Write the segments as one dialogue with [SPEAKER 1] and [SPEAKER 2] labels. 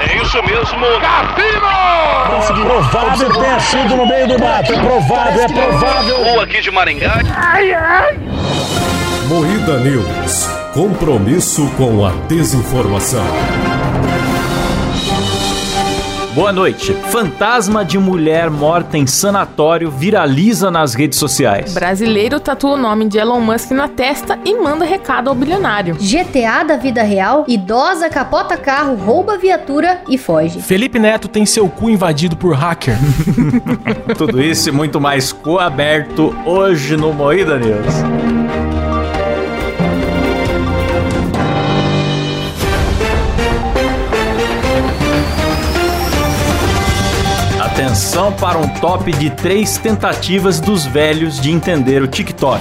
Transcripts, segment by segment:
[SPEAKER 1] É isso mesmo, Cassino!
[SPEAKER 2] Conseguiu. Provável ter sido no meio do mato. É provável, é provável.
[SPEAKER 1] Ou aqui de Maringá.
[SPEAKER 3] Moída News. Compromisso com a desinformação.
[SPEAKER 4] Boa noite. Fantasma de mulher morta em sanatório viraliza nas redes sociais.
[SPEAKER 5] Brasileiro tatua o nome de Elon Musk na testa e manda recado ao bilionário.
[SPEAKER 6] GTA da vida real, idosa capota carro, rouba viatura e foge.
[SPEAKER 7] Felipe Neto tem seu cu invadido por hacker.
[SPEAKER 4] Tudo isso e muito mais coaberto hoje no Moída News. Atenção para um top de três tentativas dos velhos de entender o TikTok.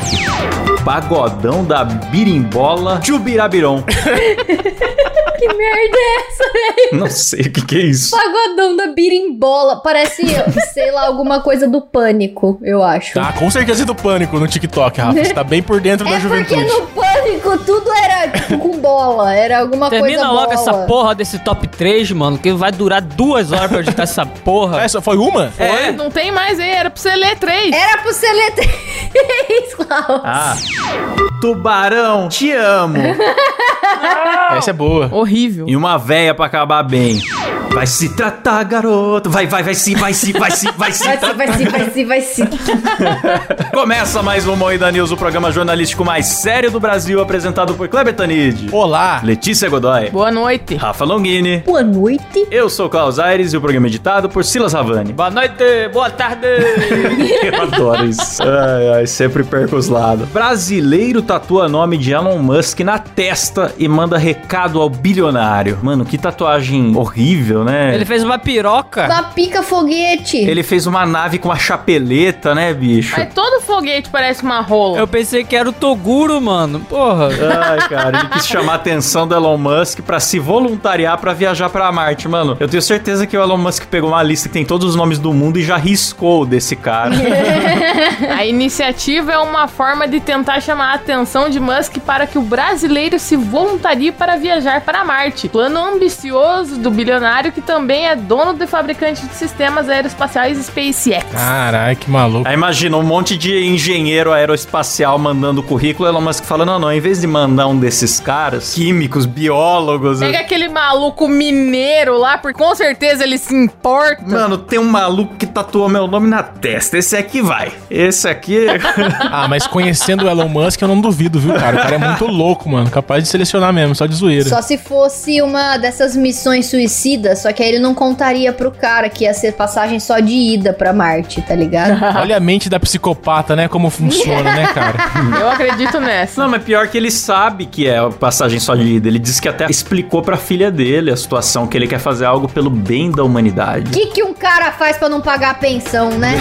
[SPEAKER 4] Pagodão da birimbola Jubirabiron.
[SPEAKER 6] Que merda é essa?
[SPEAKER 4] Não sei o que, que é isso.
[SPEAKER 6] Pagodão da birimbola. Parece, sei lá, alguma coisa do pânico, eu acho.
[SPEAKER 7] Tá, com certeza é do pânico no TikTok, Rafa. Você tá bem por dentro da
[SPEAKER 6] É porque
[SPEAKER 7] juventude.
[SPEAKER 6] no pânico tudo era tipo com bola, era alguma
[SPEAKER 8] Termina
[SPEAKER 6] coisa bola.
[SPEAKER 8] logo essa porra desse top 3, mano, que vai durar duas horas pra editar essa porra.
[SPEAKER 7] Ah, Essa foi uma?
[SPEAKER 8] É.
[SPEAKER 5] Não tem mais aí, era pra você ler três.
[SPEAKER 6] Era pro ser letra. Klaus.
[SPEAKER 4] Ah. Tubarão, te amo.
[SPEAKER 7] Essa é boa.
[SPEAKER 5] Horrível.
[SPEAKER 4] E uma véia pra acabar bem. Vai se tratar, garoto. Vai, vai, vai se, vai se, vai se, vai se.
[SPEAKER 6] Vai se, vai se, vai se, vai se.
[SPEAKER 4] Começa mais um Moída News, o programa jornalístico mais sério do Brasil, apresentado por Kleber Tanid,
[SPEAKER 7] Olá.
[SPEAKER 4] Letícia Godoy,
[SPEAKER 5] Boa noite.
[SPEAKER 4] Rafa Longini.
[SPEAKER 6] Boa noite.
[SPEAKER 4] Eu sou o Klaus Aires e o programa é editado por Silas Havani.
[SPEAKER 8] Boa noite, boa tarde.
[SPEAKER 4] Eu adoro isso. Ai, ai, sempre perco os lados. Brasileiro tatua nome de Elon Musk na testa e manda recado ao bilionário. Mano, que tatuagem horrível, né?
[SPEAKER 8] Ele fez uma piroca.
[SPEAKER 6] Uma pica foguete.
[SPEAKER 4] Ele fez uma nave com uma chapeleta, né, bicho?
[SPEAKER 5] Mas todo foguete parece uma rola.
[SPEAKER 8] Eu pensei que era o Toguro, mano. Porra.
[SPEAKER 4] Ai, cara, ele quis chamar a atenção do Elon Musk pra se voluntariar pra viajar pra Marte, mano. Eu tenho certeza que o Elon Musk pegou uma lista que tem todos os nomes do mundo e já riscou desse cara.
[SPEAKER 5] A iniciativa é uma forma de tentar chamar a atenção de Musk para que o brasileiro se voluntarie para viajar para Marte. Plano ambicioso do bilionário que também é dono do fabricante de sistemas aeroespaciais SpaceX.
[SPEAKER 8] Ah.
[SPEAKER 7] Caralho, que maluco.
[SPEAKER 4] Aí imagina um monte de engenheiro aeroespacial mandando currículo, Elon Musk falando, não, não, em vez de mandar um desses caras, químicos, biólogos...
[SPEAKER 5] Pega aquele maluco mineiro lá, porque com certeza ele se importa.
[SPEAKER 4] Mano, tem um maluco que tatuou meu nome na testa. Esse aqui vai. Esse aqui.
[SPEAKER 7] Ah, mas conhecendo o Elon Musk, eu não duvido, viu, cara? O cara é muito louco, mano. Capaz de selecionar mesmo, só de zoeira.
[SPEAKER 6] Só se fosse uma dessas missões suicidas, só que aí ele não contaria pro cara que ia ser passagem só de ida pra Marte, tá ligado?
[SPEAKER 7] Olha a mente da psicopata, né? Como funciona, né, cara?
[SPEAKER 5] Eu acredito nessa.
[SPEAKER 4] Não, mas pior que ele sabe que é a passagem só de ida. Ele disse que até explicou pra filha dele a situação, que ele quer fazer algo pelo bem da
[SPEAKER 6] O
[SPEAKER 4] humanidade.
[SPEAKER 6] que, que um cara faz pra não pagar a pensão, né?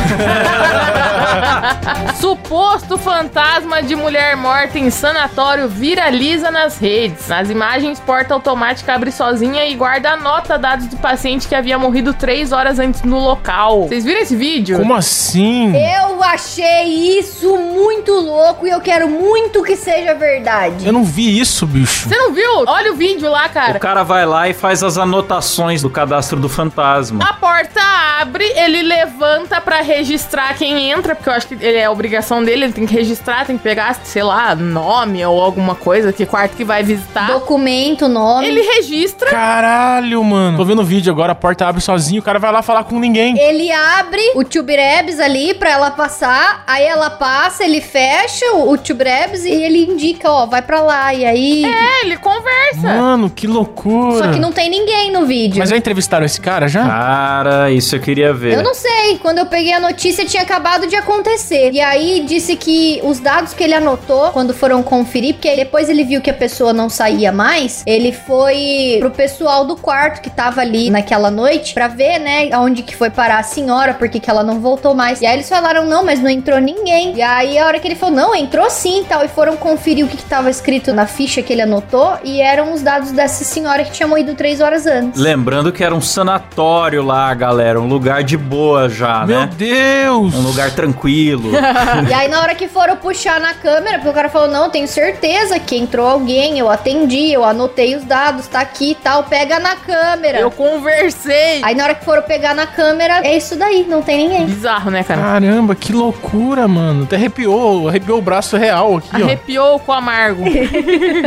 [SPEAKER 5] Suposto fantasma de mulher morta em sanatório viraliza nas redes. Nas imagens, porta automática abre sozinha e guarda a nota dados do paciente que havia morrido três horas antes no local. Vocês viram esse vídeo?
[SPEAKER 7] Como assim?
[SPEAKER 6] Eu achei isso muito louco e eu quero muito que seja verdade.
[SPEAKER 7] Eu não vi isso, bicho.
[SPEAKER 5] Você não viu? Olha o vídeo lá,
[SPEAKER 4] O
[SPEAKER 5] cara.
[SPEAKER 4] cara vai lá e faz as anotações do cadastro do fantasma.
[SPEAKER 5] A porta abre, ele levanta pra registrar quem entra, porque eu acho que ele é obrigação dele, ele tem que registrar, tem que pegar, sei lá, nome ou alguma coisa, que quarto que vai visitar.
[SPEAKER 6] Documento, nome.
[SPEAKER 5] Ele
[SPEAKER 6] Ele...
[SPEAKER 5] registra
[SPEAKER 7] Caralho, mano. Tô vendo o vídeo agora, a porta abre sozinho, o cara vai lá falar com ninguém.
[SPEAKER 6] abre o Tubrebs ali pra ela passar, aí ela passa, ele fecha o, o Tubrebs e ele indica, ó, vai pra lá. E aí.
[SPEAKER 5] É, ele conversa.
[SPEAKER 7] Mano, que loucura.
[SPEAKER 6] Só que não tem ninguém no vídeo.
[SPEAKER 7] Mas já entrevistaram esse cara já?
[SPEAKER 4] Cara, isso eu queria ver.
[SPEAKER 6] Ah. Eu não sei, quando eu peguei a notícia tinha acabado de acontecer. E aí disse que os dados que ele anotou, quando foram conferir, porque aí depois ele viu que a pessoa não saía mais, ele foi pro pessoal do quarto que tava ali naquela noite pra ver, né, aonde que foi parar a senhora, porque que ela não voltou mais. E aí eles falaram, não, mas não entrou ninguém. E aí a hora que ele falou, não, entrou sim e tal, e foram conferir o que, que tava escrito na ficha que ele anotou, e eram os dados dessa senhora que tinha morrido três horas antes.
[SPEAKER 4] Lembrando que era um sanatório lá, galera. Um lugar de boa já,
[SPEAKER 7] Meu
[SPEAKER 4] né?
[SPEAKER 7] Deus!
[SPEAKER 4] Um lugar tranquilo.
[SPEAKER 6] E aí, na hora que foram puxar na câmera, porque cara falou: não, eu tenho certeza que entrou alguém, eu atendi, eu anotei os dados, tá aqui e tal, pega na câmera.
[SPEAKER 5] Eu conversei.
[SPEAKER 6] Aí na hora que foram pegar na câmera, é isso daí, não tem ninguém.
[SPEAKER 5] Bizarro, né, cara?
[SPEAKER 7] Caramba, que loucura, mano. Até arrepiou, arrepiou o braço real aqui, ó.
[SPEAKER 5] Arrepiou com amargo.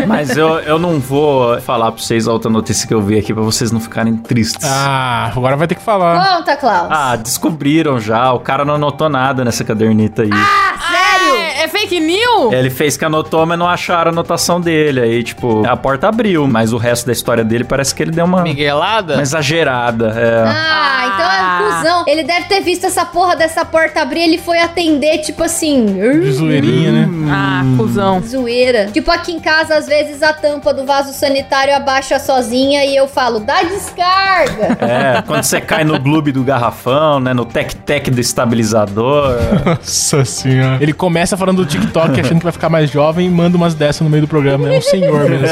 [SPEAKER 4] Mas eu, eu não vou falar pra vocês a outra notícia que eu vi aqui pra vocês não ficarem tristes. Ah.
[SPEAKER 7] Ah, agora vai ter que falar.
[SPEAKER 6] Conta, Klaus.
[SPEAKER 4] descobriram já. O cara não anotou nada nessa caderneta aí.
[SPEAKER 6] Ah,
[SPEAKER 5] Sério? é, é fake news?
[SPEAKER 4] Ele fez que anotou, mas não acharam a anotação dele. Aí, tipo, a porta abriu, mas o resto da história dele parece que ele deu uma,
[SPEAKER 8] Miguelada?
[SPEAKER 4] uma exagerada. É.
[SPEAKER 6] Ah, então é um cuzão. Ele deve ter visto essa porra dessa porta abrir, ele foi atender, tipo assim.
[SPEAKER 7] De
[SPEAKER 6] "Hum,
[SPEAKER 7] zoeirinha, né?
[SPEAKER 5] Ah, cuzão.
[SPEAKER 6] Zoeira. Tipo, aqui em casa, às vezes a tampa do vaso sanitário abaixa sozinha e eu falo, dá descarga.
[SPEAKER 4] É, quando você cai no gloob do garrafão, né? No tec-tec do estabilizador.
[SPEAKER 7] Nossa senhora. Ele começa falando do TikTok achando que vai ficar mais jovem e manda umas dessas no meio do programa. É um senhor mesmo.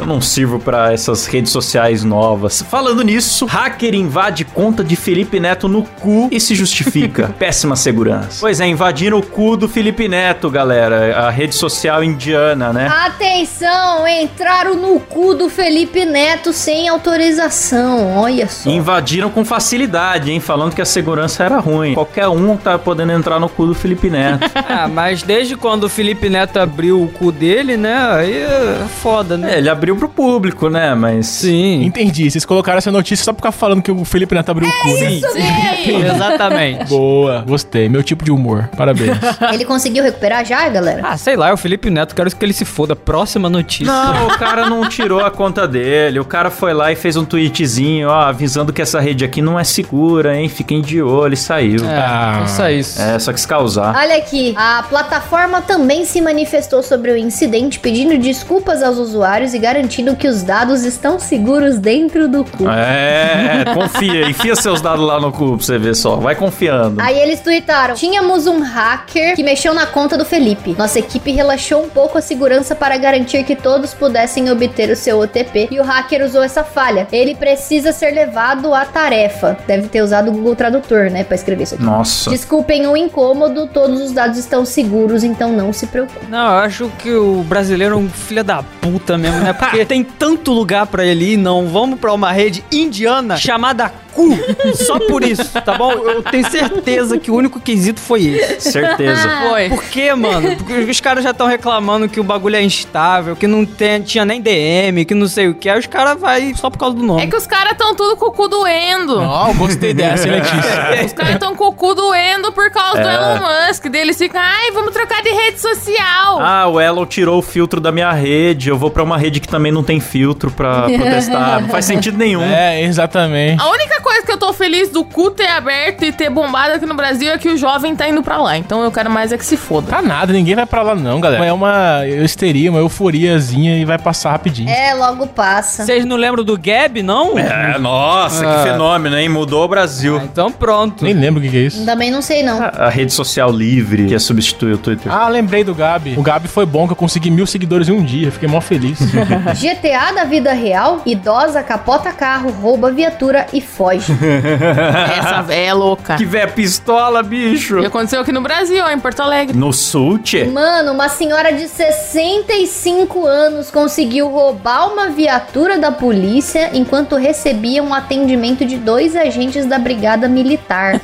[SPEAKER 4] Eu não sirvo pra essas redes sociais novas. Falando nisso, hacker invade conta de Felipe Neto no cu e se justifica. Péssima segurança. Pois é, invadiram o cu do Felipe Neto, galera. A rede social indiana, né?
[SPEAKER 6] Atenção, entraram no cu do Felipe Neto sem autorização. Olha
[SPEAKER 4] Tá.
[SPEAKER 6] só.
[SPEAKER 4] Invadiram com facilidade, hein? Falando que a segurança era ruim. Qualquer um tá podendo entrar no cu do Felipe Neto.
[SPEAKER 8] Ah, mas desde quando o Felipe Neto abriu o cu dele, né? Aí é foda, né?
[SPEAKER 4] é, ele abriu pro público, né? Mas.
[SPEAKER 8] Sim.
[SPEAKER 7] Entendi. Vocês colocaram essa notícia só por ficar falando que o Felipe Neto abriu o cu, né?
[SPEAKER 8] Sim, exatamente.
[SPEAKER 7] Boa. Gostei. Meu tipo de humor. Parabéns.
[SPEAKER 6] Ele conseguiu recuperar já, galera?
[SPEAKER 8] Ah, sei lá, é o Felipe Neto, quero que ele se foda. Próxima notícia.
[SPEAKER 4] Não, o cara não tirou a conta dele. O cara foi lá e fez um tweetzinho, ó, avisando que essa rede aqui não é segura, hein? Fiquem de olho e saiu.
[SPEAKER 8] É,
[SPEAKER 4] É,
[SPEAKER 7] Ah.
[SPEAKER 8] é só isso.
[SPEAKER 4] só quis causar.
[SPEAKER 6] Olha aqui, a plataforma também se manifestou sobre o incidente, pedindo desculpas aos usuários e garantindo que os dados estão seguros dentro do cu.
[SPEAKER 4] É, confia, enfia seus dados lá no cu pra você ver só. Vai confiando.
[SPEAKER 6] Aí eles tuitaram: Tínhamos um hacker que mexeu na conta do Felipe. Nossa equipe relaxou um pouco a segurança para garantir que todos pudessem obter o seu OTP e o hacker usou essa falha. Ele precisa ser levado à tarefa. Deve ter usado o Google Tradutor, né, Pra escrever isso aqui.
[SPEAKER 4] Nossa.
[SPEAKER 6] Desculpem o incômodo, todos os dados estão seguros, então não se preocupe.
[SPEAKER 8] Não, eu acho que o brasileiro é um filho da puta mesmo, né? Porque tem tanto lugar pra ele ir, não. Vamos pra uma rede indiana chamada cu. Só por isso, tá bom? Eu tenho certeza que o único quesito foi esse.
[SPEAKER 4] Certeza.
[SPEAKER 5] Foi.
[SPEAKER 8] Por que, mano? Porque os caras já estão reclamando que o bagulho é instável, que não tem- tinha nem DM, que não sei o que. Aí os caras vai só por causa do nome.
[SPEAKER 5] É que os caras estão tudo com o cu doendo.
[SPEAKER 7] Ó, gostei dessa, hein, Letícia.
[SPEAKER 5] Os caras estão com o cu doendo por causa do Elon Musk. Daí eles ficam, ai, vamos trocar de rede social.
[SPEAKER 4] Ah, o Elon tirou o filtro da minha rede. Eu vou pra uma rede que também não tem filtro pra protestar. Não faz sentido nenhum.
[SPEAKER 7] É, exatamente.
[SPEAKER 5] A única coisa que eu tô feliz do cu ter aberto e ter bombado aqui no Brasil é que o jovem tá indo pra lá. Então eu quero mais é que se foda.
[SPEAKER 7] Tá nada, ninguém vai pra lá não, galera. É uma histeria, uma euforiazinha e vai passar rapidinho.
[SPEAKER 6] É, logo passa.
[SPEAKER 8] Vocês não lembram do Gab, não?
[SPEAKER 4] É, nossa,
[SPEAKER 8] Ah.
[SPEAKER 4] que fenômeno, hein? Mudou o Brasil.
[SPEAKER 8] Ah, então pronto.
[SPEAKER 7] Nem lembro o que que é isso.
[SPEAKER 6] Também não sei, não.
[SPEAKER 4] A, a rede social livre que ia substituir o Twitter.
[SPEAKER 7] Ah, lembrei do Gabi. O Gabi foi bom que eu consegui mil seguidores em um dia. Fiquei mó feliz.
[SPEAKER 6] GTA da vida real, idosa capota carro, rouba viatura e foge.
[SPEAKER 5] Essa véia é louca.
[SPEAKER 4] Ah, Que vé pistola, bicho.
[SPEAKER 5] E aconteceu aqui no Brasil, ó, em Porto Alegre.
[SPEAKER 4] No sul, tchê?
[SPEAKER 6] Mano, uma senhora de 65 anos conseguiu roubar uma viatura da polícia enquanto recebia um atendimento de dois agentes da brigada militar.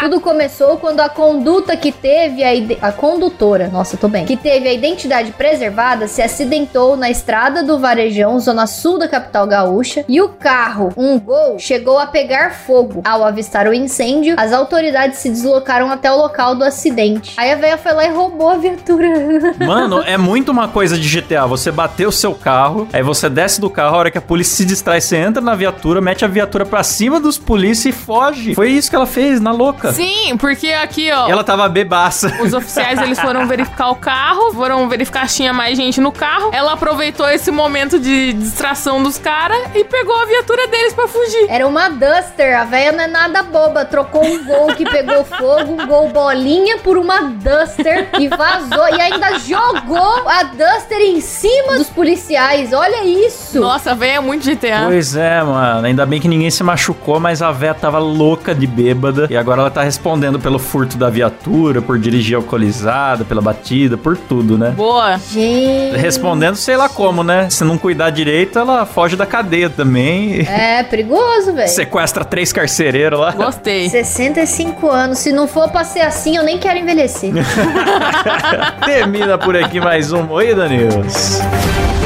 [SPEAKER 6] Tudo começou quando a conduta que teve a, ide- a condutora, nossa, tô bem, que teve a identidade preservada se acidentou na estrada do Varejão, zona sul da capital gaúcha, e o carro, um Gol, chegou a pegar fogo. Ao avistar o incêndio, as autoridades se deslocaram até o local do acidente. Aí a véia foi lá e roubou a viatura.
[SPEAKER 4] Mano, é muito uma coisa de GTA. Você bateu o seu carro, aí você desce do carro, a hora que a polícia se distrai, você entra na viatura, mete a viatura pra cima dos polícia e foge. Foi isso que ela fez, na louca.
[SPEAKER 5] Sim, porque aqui, ó.
[SPEAKER 4] E Ela tava bebaça.
[SPEAKER 5] Os oficiais, eles foram verificar o carro, foram verificar se tinha mais gente no carro. Ela aproveitou esse momento de distração dos caras e pegou a viatura deles pra fugir.
[SPEAKER 6] Era uma Dana Buster, a velha não é nada boba. Trocou um gol que pegou fogo, um gol bolinha por uma Duster e vazou. E ainda jogou a Duster em cima dos policiais. Olha isso.
[SPEAKER 5] Nossa, velho, é muito GTA.
[SPEAKER 4] Pois é, mano. Ainda bem que ninguém se machucou, mas a véia tava louca de bêbada. E agora ela tá respondendo pelo furto da viatura, por dirigir alcoolizada, pela batida, por tudo, né?
[SPEAKER 5] Boa.
[SPEAKER 6] Gente.
[SPEAKER 4] Respondendo, sei lá como, né? Se não cuidar direito, ela foge da cadeia também. e
[SPEAKER 6] É perigoso, velho.
[SPEAKER 4] Sequestra três carcereiros lá.
[SPEAKER 5] Gostei.
[SPEAKER 6] 65 anos. Se não for pra ser assim, eu nem quero envelhecer.
[SPEAKER 4] Termina por aqui mais um Moída News.